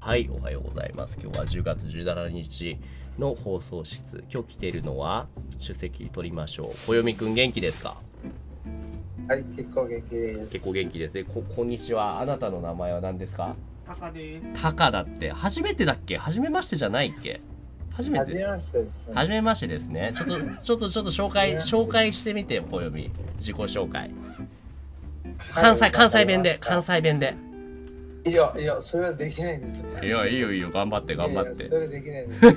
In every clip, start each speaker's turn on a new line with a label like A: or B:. A: はい、おはようございます。今日は10月17日の放送室。今日来ているのは、主席取りましょう。小読みくん元気ですか
B: はい、結構元気です。
A: 結構元気ですね。こ、こんにちは。あなたの名前は何ですか
C: タカです。
A: タカだって。初めてだっけ初めましてじゃないっけ初め
B: 初
A: て
B: めましてですね。
A: 初めましてですね。ちょっ と、ちょっと、ちょっと紹介、紹介してみてよ、小読み。自己紹介。関西、関西弁で、関西弁で。
B: いや、いや、それはできないんですよ。
A: いや、いいよ、いいよ、頑張って、頑張っ
B: いやいや
A: て
B: そ。れできないんです よ。
A: オ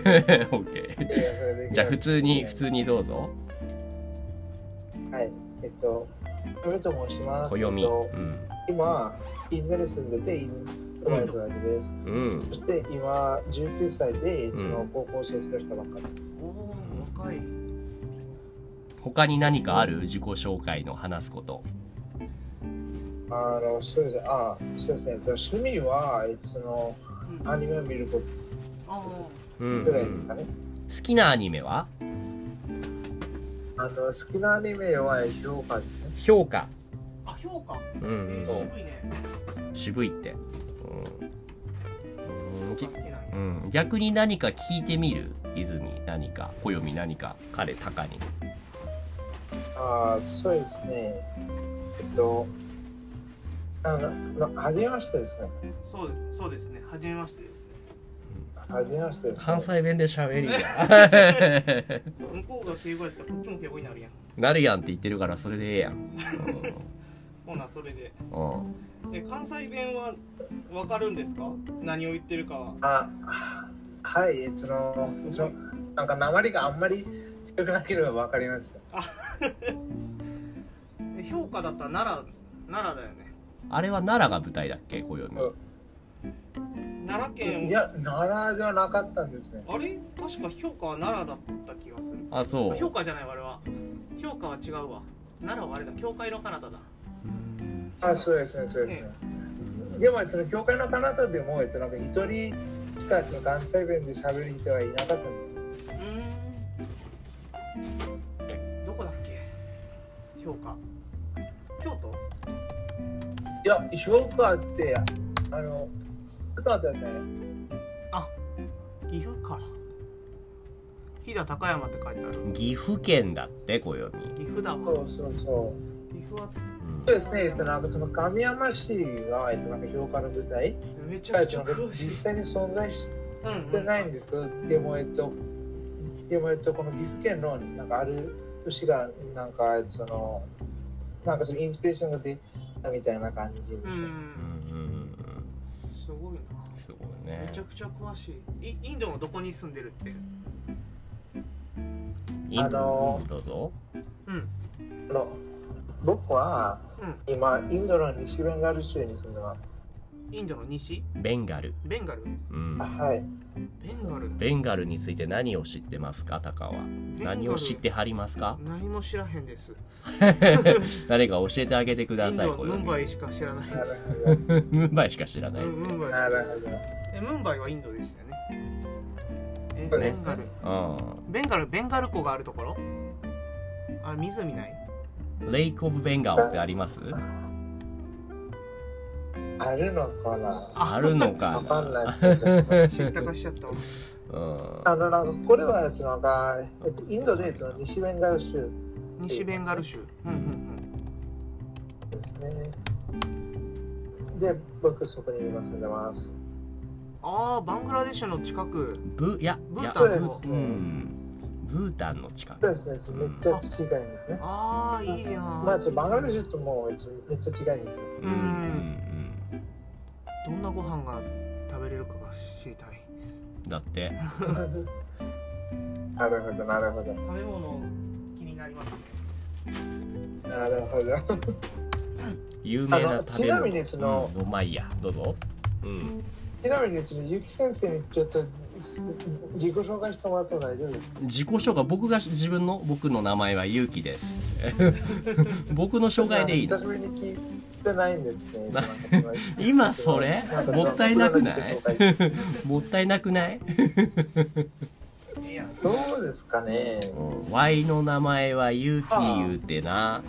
A: ッケー。
B: いやいやそれできない
A: じゃあ、普通に、普通。にどうぞ。
B: はい、えっと、それと申します。
A: 暦。
B: えっと
A: うん。
B: 今、インドネシアに住んでて、インドネシアです。
A: うん
B: そ。して、今、19歳で、そ
A: うん
B: の高校を卒業したばっかり。
C: おお、若い。
A: 他に何かある自己紹介の話すこと。
B: あの、そうですね。あ、そうですね。えっと趣味は、えっと、その、
C: うん
B: ア
C: あ
B: ニメを見ること
C: あ、
A: う
B: ぐらいですか
A: ん。
B: ね。
A: 好きなアニメは
B: あの、好きなアニメは、評価ですね。
A: 評価。
C: あ、評価。
A: う
C: えー、
A: ん。
C: 渋いね。
A: 渋いって。うん。うんき
C: 好きなんや。
A: うん、逆に何か聞いてみる泉何か小読み何か彼タカに
B: ああ、そうですね。えっと、あの、のはじめましてですね。
C: そう、そうですね。初めましてですね。
B: はじめましてです、ね。
A: 関西弁で喋りや
C: 向こうが敬語やったら、こっちも敬語になるやん。
A: なるやんって言ってるからそれでええやん
C: ほな、それで。
A: うん、うん
C: え、関西弁は。わかるんですか。何を言ってるかは。
B: あ、はい、えっとその、
C: あすごい
B: そのなんか鉛があんまり強くなければわかりますよ。
C: え評価だったら奈良。奈良だよね。
A: あれは奈良が舞台だっけ小読み
C: 奈良県
B: い
C: を。
B: や、奈良ではなかったんですね。
C: あれ、確か評価は奈良だった気がする。
A: あそ
C: あ評
A: う
C: 価じゃない、あれは。評価は違うわ。奈良はあれだ。教会の彼方だ。
B: あ、そうですね、そうですね。でも、その教会の彼方でも、えっと、なんか一人しかその関西弁で喋る人はいなかったんですよ。
C: うーんえどこだっけ評価京都
B: いや、評価って、あの、ちょっと待ってくださいね。
C: あ岐阜か飛騨高山って書いてある
A: 岐阜県だって小読み、
C: 岐阜だ
B: そ
C: わ
B: うそうそう。
C: 岐阜は
A: うん
B: そうですね、えっと、なんかその神山市が、えっと、なんか評価の舞台、
C: めちゃ
B: えっ
C: くち
B: と、
C: ゃ
B: なんか
C: 詳しい
B: 実際に存在し
C: うんう
B: て
C: ん
B: ないんですけど、でも、えっと、でも、えっと、この岐阜県の、なんかある都市が、なんか、その、なんかそのインスピレーションが出たみたいな感じですね。
C: う
A: うん
C: ん
A: うんうん
C: す
A: う
C: ごい
A: ん
C: な
A: すごいね
C: めちゃくちゃ詳しいいインドのどこに住んでるって
A: インド
B: あのー
A: うんどうぞ
C: うん
B: あの僕は、
C: うん
B: 今、インドの西ベンガル州に住んでます。
C: インドの西
A: ベンガル、
C: ベンガル
A: うん
B: あ、はい。
C: ベンガル
A: ベンガルについて何を知ってますかタカは
C: ベンガル
A: 何を知ってはりますか
C: 何も知らへんです
A: 誰か教えてあげてく
C: イ
A: だ
C: ン
A: さい
C: ド
A: 小読
C: のムン
A: み
C: バイしか知らない
B: な
C: で
B: る
C: す
B: ほど。
A: ムンバイしか知らないっ
C: う
A: て
C: んムンバイしか
B: な
C: 知らない
B: るほど。
C: えムンバイはインドでしたよねえ
B: そう
C: ベ
B: です
C: ンガル
A: う
C: ベンガルベンガル湖があるところあれ湖ない
A: んレイク・オブ・ベンガルってあります
B: あるのかな
A: あるのか
B: わかん
A: な
B: ないですけど。
C: 知ったかしちゃったわ
A: うん
B: あのなんかこれはそのが、えっと、インドでその西ベンガル州
C: 西ベンガル州うんうん
B: ですね。で、僕そこに今住んでます。
C: うんああバングラデシュの近く
A: ブいや
C: ブ
A: いや
C: ー
B: タ
A: ブ
B: ンの
A: うんブータンの近
B: そ
A: く
B: うですね、めっちゃ近いんですね。
C: ああいいやん
B: まあ、ちょっとバングラデシュともうめっちゃ近いんですよ。
A: うんうん
C: どんなご飯が食べれるかが知りたい
A: うんだって
B: なるほど、なるほど。
C: 食べ物気になりますね
B: なるほど。
A: 有名な食べ
B: あのちなみ
A: 物
B: にその
A: うんうまいやどうぞうん
B: ちなみにですね、ゆき先生にちょっと自己紹介してもらっても大丈夫ですか
A: 自己紹介僕が自分の僕の名前はゆうきです 僕の紹介でいいの
B: 久しぶりに聞いてないんです ね。
A: 今それもったいなくないもったいなくない、
C: いいやん
B: どうですかね。
A: ワイの名前はゆうきゆうてな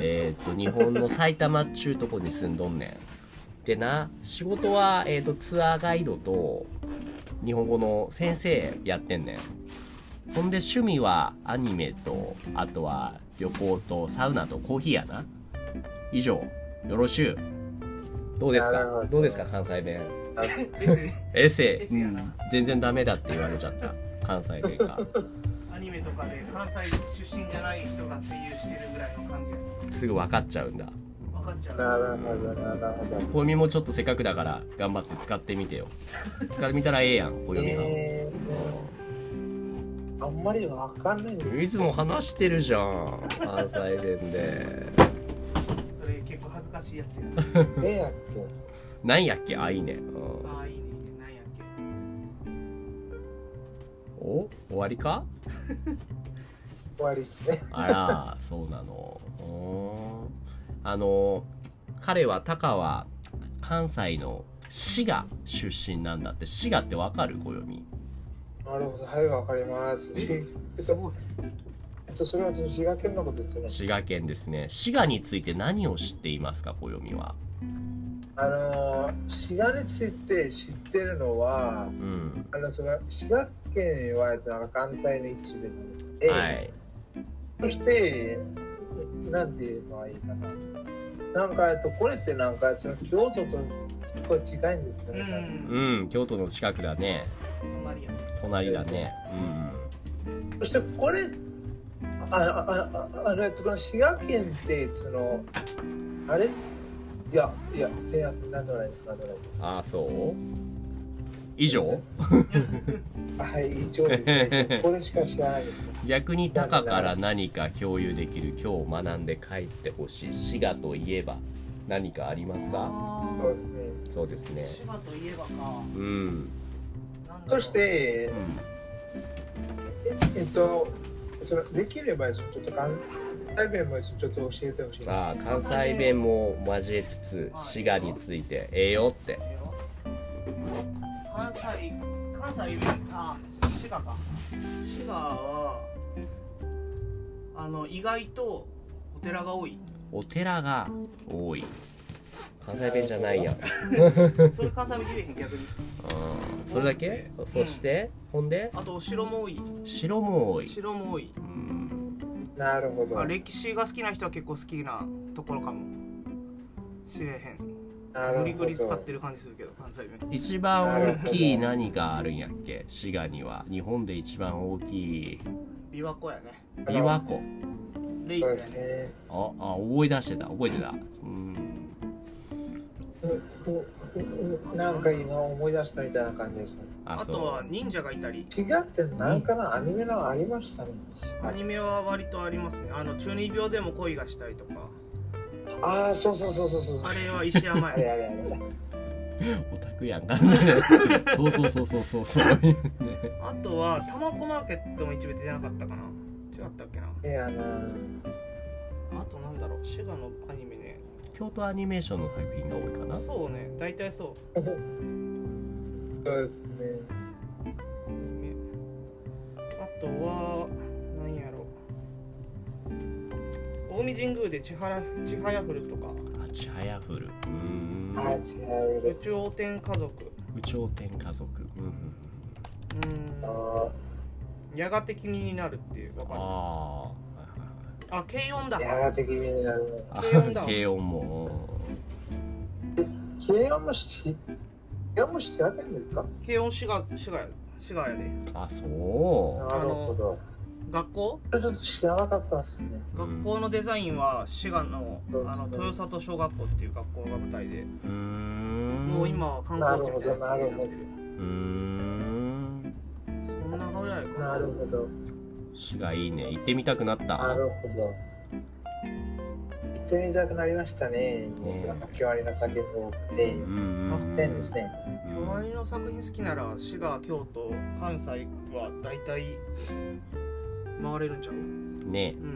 A: えーっと日本の埼玉っちゅうとこに住んどんねんでな仕事は、えー、とツアーガイドと日本語の先生やってんねんほんで趣味はアニメとあとは旅行とサウナとコーヒーやな以上よろしゅうどうですか
B: なるほど
A: どうですか関西弁
C: 別に
A: エッセイ
C: エッセイやな
A: うん全然ダメだって言われちゃった関西弁が
C: アニメとかで関西出身じゃない人が声優してるぐらいの感じや
A: すぐ分かっちゃうんだ
C: 分かっちゃ
B: な
C: う
B: るほど、なるほど。
A: 小読みもちょっとせっかくだから頑張って使ってみてよ使ってみたらええやん小読みが、
B: えー、あんまりわかんないんです
A: いつも話してるじゃん関西弁で
C: それ結構恥ずかしいやつや
B: けど、ええやっ
A: なんやっけあいいね、うん
C: ああいいねいいねなんやっけ
A: お終わりか
B: け終わりですね。
A: あらそうなのうーんあの彼はタカは関西の滋賀出身なんだって滋賀ってわかる小読み
B: なるほど、はい、わかります。えっ
C: す
B: と、
C: ごい
B: えっと、それは滋賀県のことですよね。
A: 滋賀県ですね滋賀について何を知っていますか小読みは
B: あのー、滋賀について知ってるのは、
A: うん
B: あの、その、滋賀県は、なんか関西の一部なんで、
A: はい
B: そして、なんて言えばいいかな。なんか、えっと、これってなんか、その京都と結構近いんですよ
C: う
B: ね。
C: ん
A: うん京都の近くだね
C: 隣や
A: 隣だね
B: そして、これ、あ、あ、あ、ああの、えっと、この滋賀県って、その、あれいや、いや、せや、なんでもないです、なんでもないです
A: うんああそう以上
B: あ。はい、以上ですね。これしか知らないです。
A: 逆にタカから何か共有できる今日学んで帰ってほしい滋賀といえば何かありますか
C: あ
B: そうですね。
A: そうです
C: あ
A: ね
C: 島といえばか
A: うん
C: なんだろ
B: そ
C: う
B: して、えっと、そのできればちょっと関西弁もちょっと教えてほしいな。
A: さあ関西弁も交えつつ滋賀についてええよって
C: 関西関西あ滋賀か滋賀はあの意外とお寺が多い
A: お寺が多い関西弁じゃないやんうん
C: それ関西弁で言えへん逆に
A: それだけ
C: うん
A: そしてほんで
C: あとお城も多い
A: 城も多い
C: 城も多い
A: うん
B: なるほど。
C: まあ
B: なる
C: 歴史が好きな人は結構好きなところかもしれへん
B: ほど。
C: 無理くり使ってる感じするけど関西弁
A: 一番大きい何があるんやっけ滋賀には日本で一番大きい
C: 琵琶湖やね
A: 琵琶湖
C: レイク
B: そう
C: や
B: です
C: ね
B: ね。
A: ああ思い出してた覚えてたうん
B: ううなんか今思い出したみたいな感じですね。
A: あ
C: あ
A: そ
C: とは
A: う
C: 忍者がいたり
B: 違ってなんかなアニメのありましたね。
C: アニメは割とありますねあの中二病でも恋がしたりとか
B: ああ、そうそうそうそうそう。
C: あれは石山
B: あ
C: や
B: れ
C: ね
B: あれあれ。
A: オタクやんか そうそうそうそうそうそうね
C: あとはタマコマーケットも一部出てなかったかな違ったっけな
B: ええ、あの、
C: あとなんだろう滋賀のアニメね
A: 京都アニメーションの作品が多いかな
C: そうね大体そ
B: そうですね。
C: うアニメあとは何やろう近江神宮で千原千早フルとか
A: あちはやふるうーん
B: あ違
C: 宇
B: う。
C: 宙天家族
A: 有頂天家族うん
C: う
B: あ
C: ーんやがて君になるっていうわ
A: あーはい
C: かるあ軽音だ
B: あ、やがて君になる。
A: はい
C: 軽
A: は
C: 音
A: い
C: だ
A: あ軽音も
B: 平和もし、平和もしてあげるんですか
C: 軽音滋賀滋賀や滋賀やで
A: あそ
B: なるほど。
C: 学校
B: ちょっと知らなかったですね。
C: 学校のデザインは滋賀の
B: うん
C: あの豊里小学校っていう学校が舞台で
A: ううーん
C: もう今は観光地みたいな感じになってる
A: うーん
C: そんなぐらいか
B: な
C: な
B: るほど。
A: 滋賀いいね行ってみたくなった
B: なるほど。行ってみたくなりましたね。
A: ね
B: なんか今日ありの酒も多くて。
A: うんうんうん
B: 点ですね。
C: 巨割の作品好きなら滋賀京都関西は大体回れるんちゃうう
A: ね
C: ん
A: うんうんう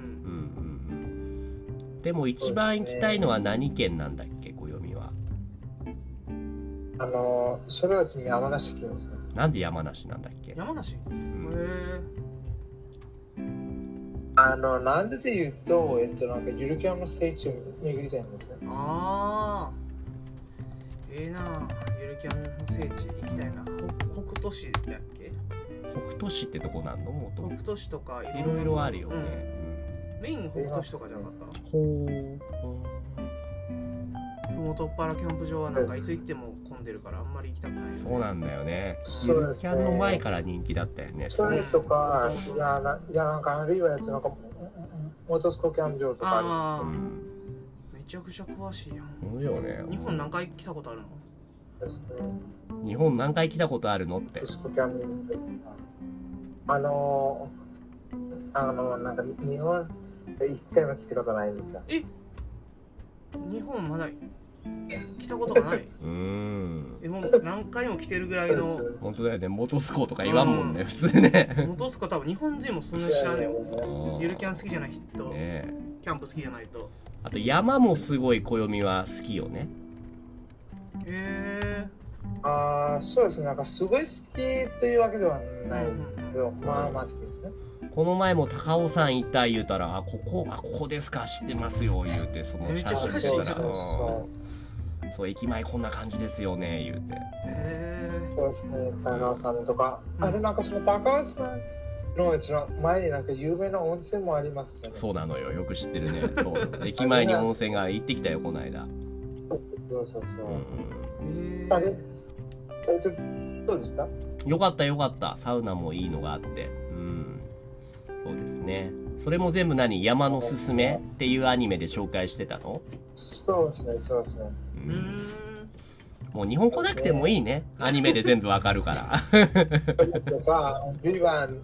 A: んでも一番行きたいのは何県なんだっけ小読みは
B: あのー、それは次山梨県ですね。
A: なんで山梨なんだっけ
C: 山梨へ
A: うん
C: え
B: あの、なんでで言うと、えっと、なんかゆるキャンの聖地を巡りたいんですね。
C: ああええなあゆるキャンの聖地行きたいな北北斗市だっけ
A: 北斗市ってとこなんのもと
C: 北
A: も
C: 斗市とか
A: といろいろあるよね、
C: うんメイン北斗市とかじゃなかった
A: ほう
C: 麓っ腹キャンプ場はなんかいつ行っても混んでるからあんまり行きたくないよ
A: そう
C: ね
A: なんだよね
B: そ
A: ゆ
B: う
A: る
B: ですね
A: キャンの前から人気だったよね
B: それとか、いや、ないやなんかあるいはやつ、なんか、モータースコキャン場とか
A: う
C: ああ
A: ん
C: めちゃくちゃ詳しいやん
A: そうだよね
C: 日本何回来たことあるの
B: あるんですね。
A: 日本何回来たことあるのって
B: デスクキャンディングあのー、あの、なんか日本で一回も来たことないんですよ。
C: 日本まだ来たことがない
A: うん
C: えもう何回も来てるぐら いの
A: 本当だよねモトスコとか言わんもんね普通ね
C: 戻すか多分日本人もそんな知らんよゆるキャン好きじゃない人
A: ンねえ
C: キャンプ好きじゃないと
A: あと山もすごい暦は好きよね
C: へえ
B: ああ、そうですね。なんかすごい好きというわけではないんですけど、まあまあ好きですね。
A: この前も高尾山行った言うたら「あここあここですか知ってますよ」言うてその
C: めっちゃ
A: 写
C: あ
A: 真
C: 写
A: 見た
B: そう
C: 真
A: ら
B: そ
A: う
B: うそ
A: んそう駅前こんな感じですよね言うて
C: へ
B: う。そうですね。高尾さんとか、あれなんかその高尾さんのうちの前になんか有名な温泉もありますよね。
A: そうなのよよく知ってるねそう駅前に温泉が行ってきたよこの間うん
B: そうそうそうう。
A: ん
C: え
B: あれえっと、どうでした
A: よかったよかったサウナもいいのがあってうんそうですねそれも全部何「山のすすめ」っていうアニメで紹介してたの、
B: そうですね、そうですね。
A: う
C: うー
A: ん、
C: ん
A: もう日本来なくてもいいねアニメで全部わかるから
B: とか、 ビバン、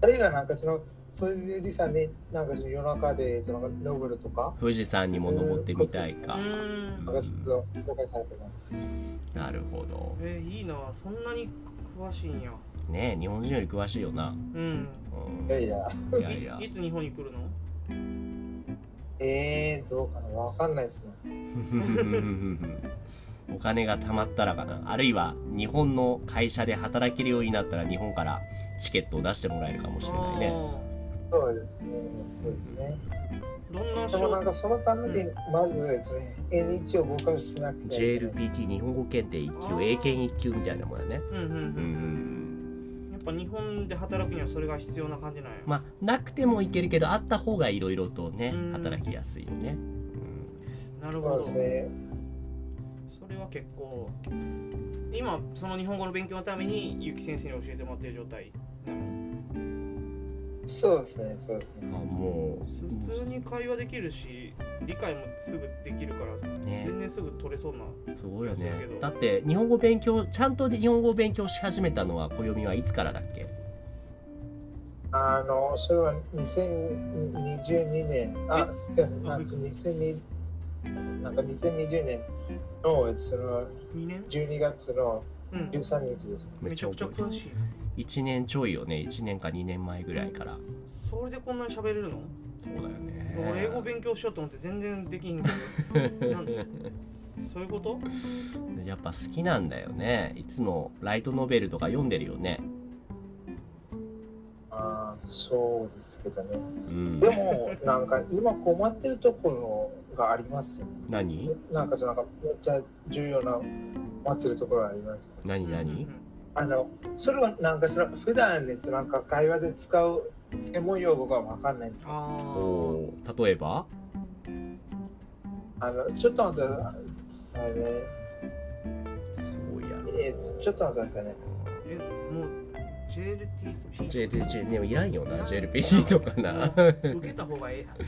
B: あるいはなんかその、そういうじさんに、なんかその夜中で、その登るとか、
A: 富士山にも登ってみたいか
C: う、ーん
B: なんかちょっと紹介されてます。
A: なるほど
C: えーいいなそんなに詳しいんや
A: ねえ日本人より詳しいよな、
C: うん
A: うん
B: いやいや、
A: いやいや
C: いつ日本に来るの
B: えー、どうかな、わかんないですね。
A: お金が貯まったらかなあるいは日本の会社で働けるようになったら日本からチケットを出してもらえるかもしれないね
B: そうですね、そうですね。
C: あーどんな
B: でもなん
C: 賞
B: かそのために、まず、ね、日を合格しなくて。
A: JLPT 日本語検定1級英検1級みたいなもんだね
C: うんうんう
A: うんうんん
C: やっぱ日本で働くにはそれが必要な感じなんや、
A: まあなくてもいけるけどあった方がいろいろとね
C: うん
A: 働きやすいよねうん
C: なる
B: そ
C: ほ
B: う
C: ど
B: です
C: そ,、
B: ね。
C: れは結構今その日本語の勉強のために結城先生に教えてもらってる状態なの
B: そうですね、そうですね。
A: あも
C: 普通に会話できるし理解もすぐできるから
A: うね
C: 全然すぐ取れそうな
A: すごいよ
C: そうや
A: ね
C: けど
A: だって日本語勉強ちゃんと日本語を勉強し始めたのは暦はいつからだっけ
B: あの、それは2022年、あ、すいません、2020なんか2020年の、その、
C: 2年
B: 12月の
C: うん
B: 13日です。
C: めちゃくちゃ詳しい
A: 1年ちょいよね1年か2年前ぐらいから
C: それでこんなに喋れるの
A: そうだよね
C: 俺英語勉強しようと思って全然できひんけどなんそういうこと
A: やっぱ好きなんだよねいつもライトノベルとか読んでるよね
B: ああ、そうですけどね。
A: うん
B: でも、なんか今困ってるところがありますよね。
A: 何
B: なんかそのなんかめっちゃ重要な困ってるところがあります。
A: 何何
B: あの、それはなんかその普段ね、なんか会話で使う専門用語がわかんないんですよ。
C: ああ
A: おー例えば
B: あの、ちょっと待ってくださいね。
A: すごいやろ
B: えーちょっと待ってくださいね。
C: えもう JLTP
A: JLPT でもいらんよな JLPT とか なそ
C: も
A: う
C: う受けた方がええ
A: そう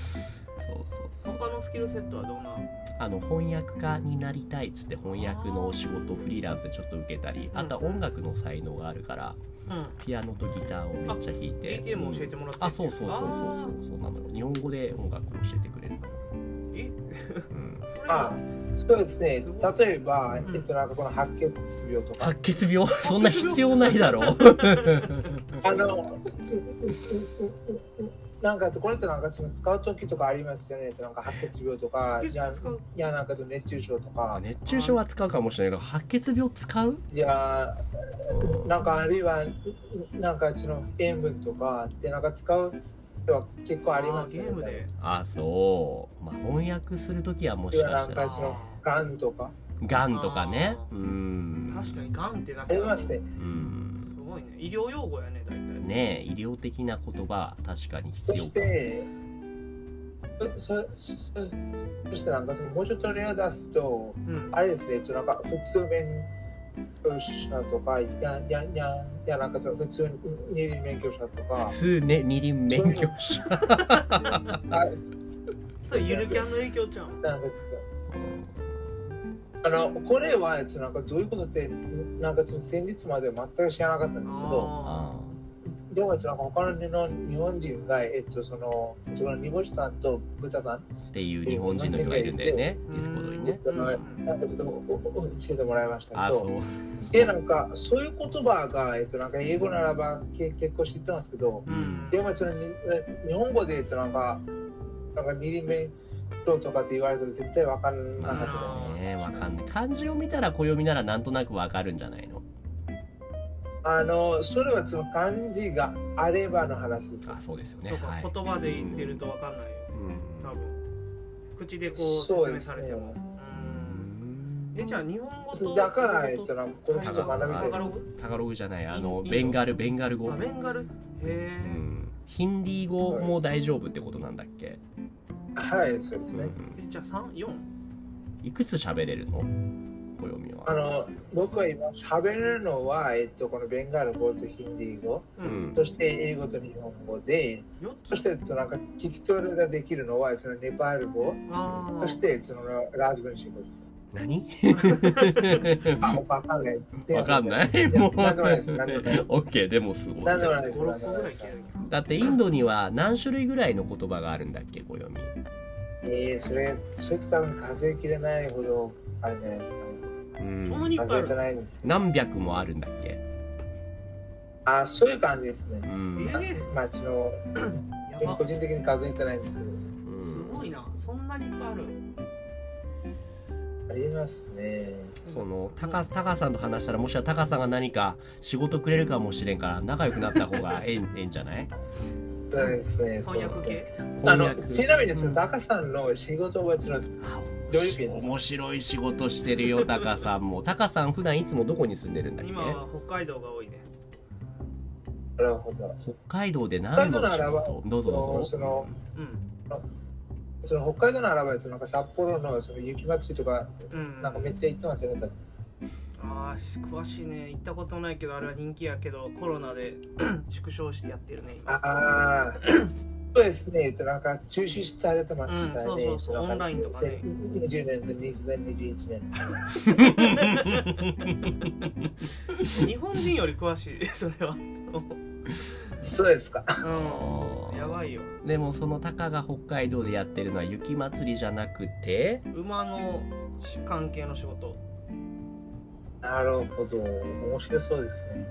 A: そう
C: 他のスキルセットはどうな
A: あの翻訳家になりたいっつって翻訳のお仕事をフリーランスでちょっと受けたり
C: うん
A: あとは音楽の才能があるから
C: うん
A: ピアノとギターをめっちゃ弾いて
C: DTM を教えてもらって
A: あそうそうそうそう
C: あ
A: そうそうなのよ日本語で音楽を教えてくれるのよ、
C: ーえ
A: うん、
C: それ
B: あ
C: は
B: そうですね
C: すご。い
B: 例えば、
C: うん
B: えっと、なんかこの白血病とか。
A: 白血病そんな必要ないだろう
B: あの、なんかこれってなんかその使う時とかありますよね。なんか白血病とか、
C: 白
B: い
C: 血
B: や
C: 病使う
B: いやなんか熱中症とか、
A: 熱中症は使うかもしれないけど白血病使う、
B: いや
A: うん
B: なんかあるいはなんかその塩分とかでなんか使う人は結構あります
C: ゲ
B: よ
C: ーム
B: ね。
C: で
A: あそう、まあ、翻訳する時はもしかした
B: いや
A: ら
B: なんかその癌とか、
A: がんとかね
C: あ
A: うん
C: 確かにがんってなっ
B: あ
C: て
B: りまして、
A: うん
C: すごいね医療用語やね大体
A: ねえ医療的な言葉確かに
B: そ
A: 必要
B: し
A: か
B: て、そそそそそしてなんかそのもうちょっと例を出すと、
C: うん
B: あれですね、ちょっとなんか普通弁教者とか、いやいやいやいやなんかちょっと普通に二輪免許者と
A: 普
B: か、
A: 通ね二輪免許証
B: あ
C: それゆるキャンの影響ちゃうん
B: なんかちょっと。あのこれはちょっとなんかどういうことってなんかちょっと先日までは全く知らなかったんですけど
C: あ
A: あ
B: でもちょっとなんか他の日本日本人がえっとそのその煮干しさんと豚さん
A: ーっていう日本人の人がいるんだよね
C: うん
A: ディスコードにね
C: うん
B: なんかちょっとおおお教えてもらいました
A: あ
B: け
A: ーそ
B: ど
A: う
B: でなんかそういう言葉がえっとなんか英語ならばけ結構知ってたんですけど
C: うん
B: でもちょっとに日本語でえっとなんかなんか二輪目ととかって言われたら絶対わかんなかったです
C: あー
A: ねえわかんない漢字を見たら暦ならなんとなくわかるんじゃないの
B: あのそれはその漢字があればの話です
A: あそうですよね
C: そうか、
A: はい
C: 言葉で言ってると分かんないよね
A: うん
C: 多分口でこう
B: そう
C: 説
B: で
C: 明
B: す
C: されてもうんえじゃあ日本語と
B: だから、えっと、なんか、この
C: タ
B: 人
A: が
B: が
A: 学
B: 学
A: びた
B: びた
A: い
B: い。
C: ガログ
A: タガログじゃないあ
C: イ
A: の
C: ンド
A: ベンガルベンガル語
C: あベンガルへ
A: う
C: え、
A: んヒンディー語も大丈夫ってことなんだっけ、
B: はい、そうです
A: う
B: ね。
A: ん、
C: えじゃあ三四
A: いくつ喋れるの暦
B: あ
A: は
B: の、僕は今、喋れるのは、えっと、このベンガル語とヒンディー語、
C: う
A: うんん
B: そして英語と日本語で、
C: 四つ
B: そして、えっと、なんか、聞き取りができるのは、そのネパール語、
C: ああ
B: そして、そのラージブンシ語です。
A: 何
B: あ、もうわかんないです。
A: わかんない
B: や
A: もう
B: なんでもないです。なんでもないです。
A: オッケーでもすごい
B: なんでもないです。
C: 五
B: なんで
C: 六個
B: も
C: ぐ
B: な
C: ら
B: いで
C: いい
B: す
C: けるんや
A: だってインドには何種類ぐらいの言葉があるんだっけ暦
B: えー、それ、それって多分数えきれないほど、あれじゃないですかね。
A: う
C: そんなんにいっ
B: 数
C: ぱいあ
B: えて
C: る
B: ないんです。
A: 何百もあるんだっけ
B: あ、そういう感じですね
A: う。ん、
C: ええ
B: まあ、その、
C: やば
B: 個人的に数えてないんですけど、
A: う
C: す
A: ん
C: ごいなそんなにいっぱいある
B: ありますね。
A: このタカタカさんと話したらもしはタカさんが何か仕事くれるかもしれんから仲良くなった方がええん ええんじゃない
B: そうですね。
C: 翻訳
B: そうですね
C: 系
B: あ
A: 翻
B: の
A: 訳
B: ちなみに、
A: う
B: そ
A: ん
B: のタカさんの仕事は、ちょっと、料理系です
A: 面白い仕事してるよタカさんもタカさん普段いつもどこに住んでるんだっけ
C: 今は北海道が多いね
B: なるほど。
A: 北海道で何の仕
B: 北海道ならば
A: 事どうぞどう
B: そ
A: ぞ
B: の、
C: うん
B: その北海道のあらば、なんか札幌の、その雪祭りとか、
C: うん
B: なんかめっちゃ行ってますよね。多分
C: ああ詳しいね行ったことないけどあれは人気やけどコロナで 縮小してやってるね今
B: ああ。そうですね。えっと、なんか中止されてましたね。
C: うんそうそうそう
B: えっ
C: オンラインとかね
B: 2020年と2021年。
C: 日本人より詳しい それは
B: そうですか。
A: あ
C: うん
A: ー
C: やばいよ
A: でもそのタカが北海道でやってるのは雪祭りじゃなくて
C: 馬の関係の仕事
B: なるほど。面白そうですね。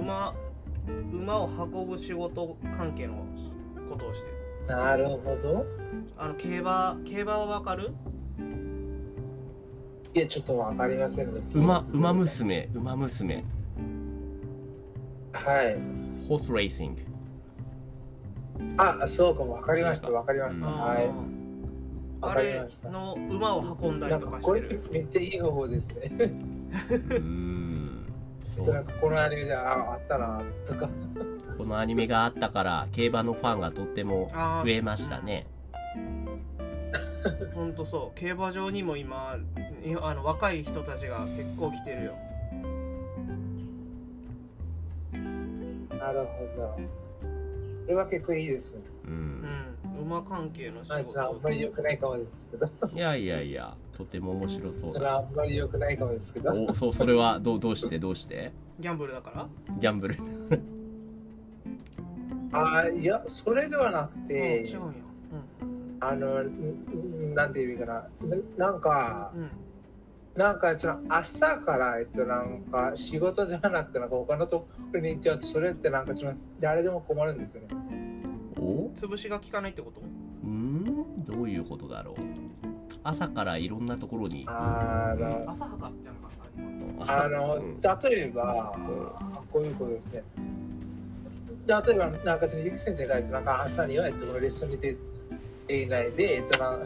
C: 馬馬を運ぶ仕事関係のことをしてる
B: なるほど。
C: あの競馬競馬はわかる
B: いや、ちょっとわかりませんね。
A: 馬馬。娘馬娘
B: はい。
A: ホースレーシング
B: あ、そうかも。わかりました。わかりまし
A: うん
B: た。はい。
C: あ
B: わかり
C: れ
B: ました。
C: の馬を運んだ
B: な
C: り
B: ん
C: と
B: か
C: かし
B: こ
C: て
B: れ
C: る
B: めっちゃいい方法ですね。
A: うーんそう
B: なんかこのアニメでああったなとか。
A: このアニメがあったから競馬のファンがとっても
C: あ
A: 増えましたね
C: 本当そう競馬場にも今いあの若い人たちが結構来てるよ
B: なるほど。それは結構いいですね。
A: う
C: うんん馬関係の仕
B: まあ、
C: 事
B: あんまり良くないかもですけど。
A: いやいやいやとても面白そう
B: それ
A: だ
B: はあんまり良くないかもですけど。
A: おそうそれはどうどうしてどうして
C: ギャンブルだから
A: ギャンブル
B: ああ、いや、それではなく
C: うん
B: て
C: 違、うんや
B: あの、んんなんていうかな。ななんか
C: う、ん
B: なんかその朝から、えっと、なんか仕事じゃなくてなんか他のところに行っちゃうとそれってなんかちょっと誰でも困るんですよね。
A: お
C: 潰しが効かないってこと
A: うんどういうことだろう朝からいろんなところに
B: あの
C: 浅はかってなかった今
B: あ
A: う
B: の
A: ん
B: 例えばこういうことですね。例えばなんかちょっとゆき先生がえっとなんか朝にはえっとこのレッスンに出ていないでえっとな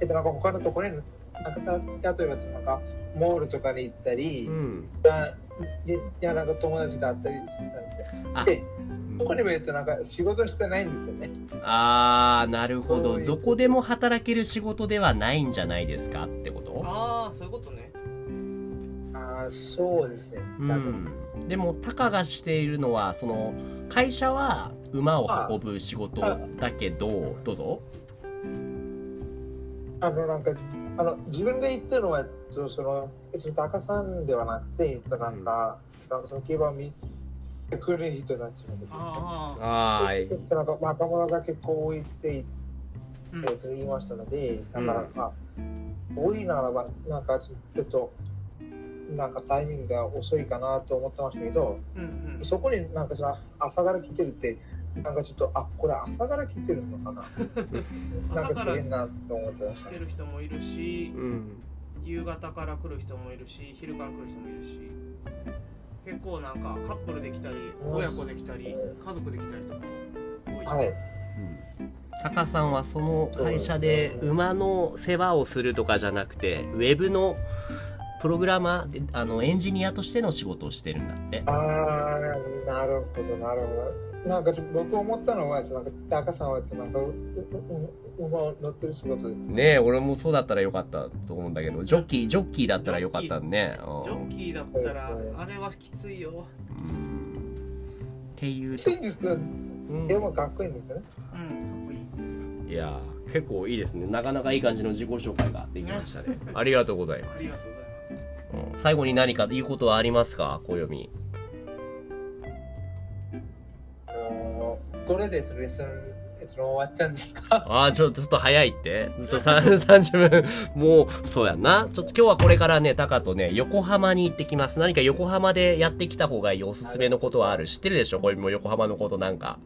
B: えっとなんか他のところになんかた例えばちょっとなんかモールとかに行ったり、
A: うん
B: だいやなんか友達と会ったりした
A: あ
B: んでで僕にも言うとなんか仕事してないんですよね
A: あーなるほ
B: そ
A: ど
B: ういう
A: どこでも働ける仕事ではないんじゃないですかってこと
C: ああそういうことね
B: ああそうですね
A: う
B: 多
A: ん
B: 分、
A: でもタカがしているのはその会社は馬を運ぶ仕事だけどどうぞ
B: あのなんかあの自分が言ってるのはえっとその別に高さんではなくてえっとなんか、なんかその競馬を見てくる人たちのこと
C: ああ
A: は
B: ちょっとなんか若者だけこう言っていって
C: うん
B: と言いましたので、
A: うん
B: だから、まあ、多いならば、なんかちょっと、なんかタイミングが遅いかなと思ってましたけど、
C: うんうん
B: そこになんかさ、朝から来てるって、なんかちょっと、あこれ朝から来てるの かな、な
C: 朝
B: んか
C: か
B: す
C: ら
B: げえ
C: 来
B: なと思ってました
C: て。る人もいるし
A: うん
C: 夕方から来る人もいるし昼から来る人もいるし結構なんかカップルで来たり
B: うん
C: 親子で来たり家族で来たりとか多い、
B: はい、
A: タカさんはその会社で馬の世話をするとかじゃなくてウェブのプログラマーであのエンジニアとしての仕事をしてるんだって
B: あー、なるほど、なるほど。なんかちょっと僕思ったのは、ちょっとなんか高さんはちょっとなんかうううう馬を乗ってる仕事で
A: ねえ俺もそうだったらよかったと思うんだけどジョッキージョッキーだったらよかったね
C: ジョッキーだったらあれはきついよ、
A: うんっていう
B: す。いいんですけど、
A: うん
B: でもかっこいいんですよね。
C: うん、かっこいい
A: いやー結構いいですねなかなかいい感じの自己紹介ができましたねありがとうございま
C: ありがとうございます
A: うん最後に何か言うことはありますか暦
B: あのこれでレッスン、レッスン終わっちゃうんですか
A: ああちょっとちょっと早いってちょ さ30分もうそうやんなちょっと今日はこれからねタカとね横浜に行ってきます何か横浜でやってきた方がいいおすすめのことはある知ってるでしょ暦も横浜のことなんか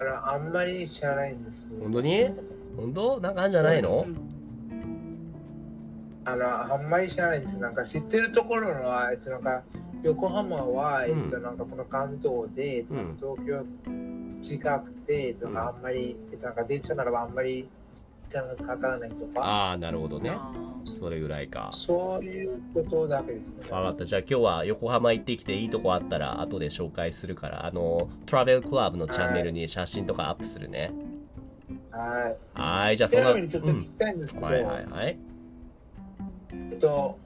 B: あのあんまり知らないんですね
A: 本当に本当なんかあんじゃないの
B: あのあんまり知らないんですなんか知ってるところのはえっとなんか横浜は、
A: うん
B: えっとなんかこの関東で、えっと
A: うん
B: 東京近くて、えっとなんかあんまり、えっとなんか電車ならばあんまり時間がかからないとか
A: ああなるほどね
C: あ
A: それぐらいか
B: そういうことだけですね
A: わかった。じゃあ今日は横浜行ってきていいとこあったら後で紹介するから、あの、トラベルクラブのチャンネルに写真とかアップするね。
B: はい
A: はーい、じゃあ
B: ち
A: そんな。
B: な
A: う
B: みにちょっと聞き
A: ん、
B: たいんですけど、
A: はいはいはい。
B: えっと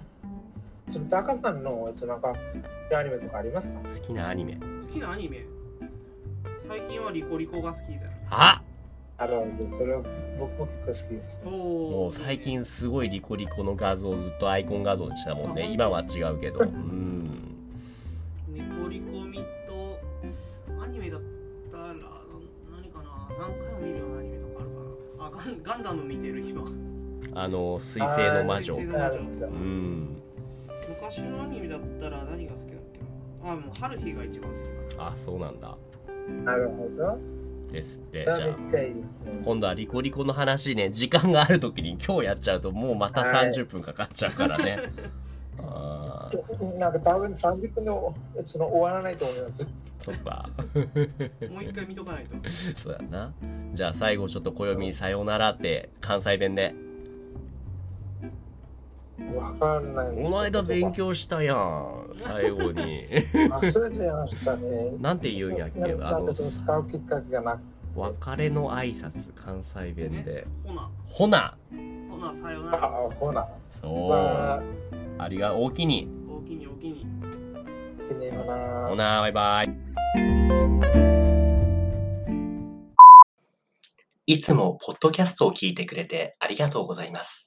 B: その高さんのえっとなんかアニメとかありますか
A: 好きなアニメ。
C: ー好きなアニメ最近はリコリコが好きだよ
A: あ
B: あのそれは僕も結構好きです
C: お
A: も
C: お
A: う最近すごいリコリコの画像をずっとアイコン画像にしたもん
C: あ
A: ね。
C: 本当
A: 今は違うけど。うん。
C: リコリコミとアニメだったらな何かな何回も見るようなアニメとかあるかなあガンガンダム見てる今
A: あの、水星の魔
C: あ
A: 女
C: ー。水
B: なるほど
A: うん。
C: 昔のアニメだったら何が好きだっけなあもう春日が一番好きか
A: あ、そうなんだ。
B: なるほど。
A: ですって。
B: そ
A: じ
B: れ
A: ゃ
B: め
A: あ。
B: っちゃいいですね。
A: 今度はリコリコの話ね時間がある時に今日やっちゃうともうまた
B: はい
A: 30分かかっちゃうからね、あー
B: なんか多分30分でその終わらないと思います。
A: そっか
C: なもう一回見とかないと
A: そうやなじゃあ最後ちょっと暦さようならって関西弁で
B: わかんな
A: 「
B: い。
A: この間勉。強したやん最後に
B: 忘れちゃいましたね」。
A: なんて言うんやっけ
B: なんか
A: あの
B: 使うきっかけがなく
A: 別れの挨拶関西弁で
C: ねほな
A: 「ほな
C: ほなさよな
B: あ
C: ら
B: ほな。」
A: そう
B: まあ、
A: ありがおおきに
C: おおきにおおきに
B: きねほな。
A: ほなバイバイいつもポッドキャストを聞いてくれてありがとうございます。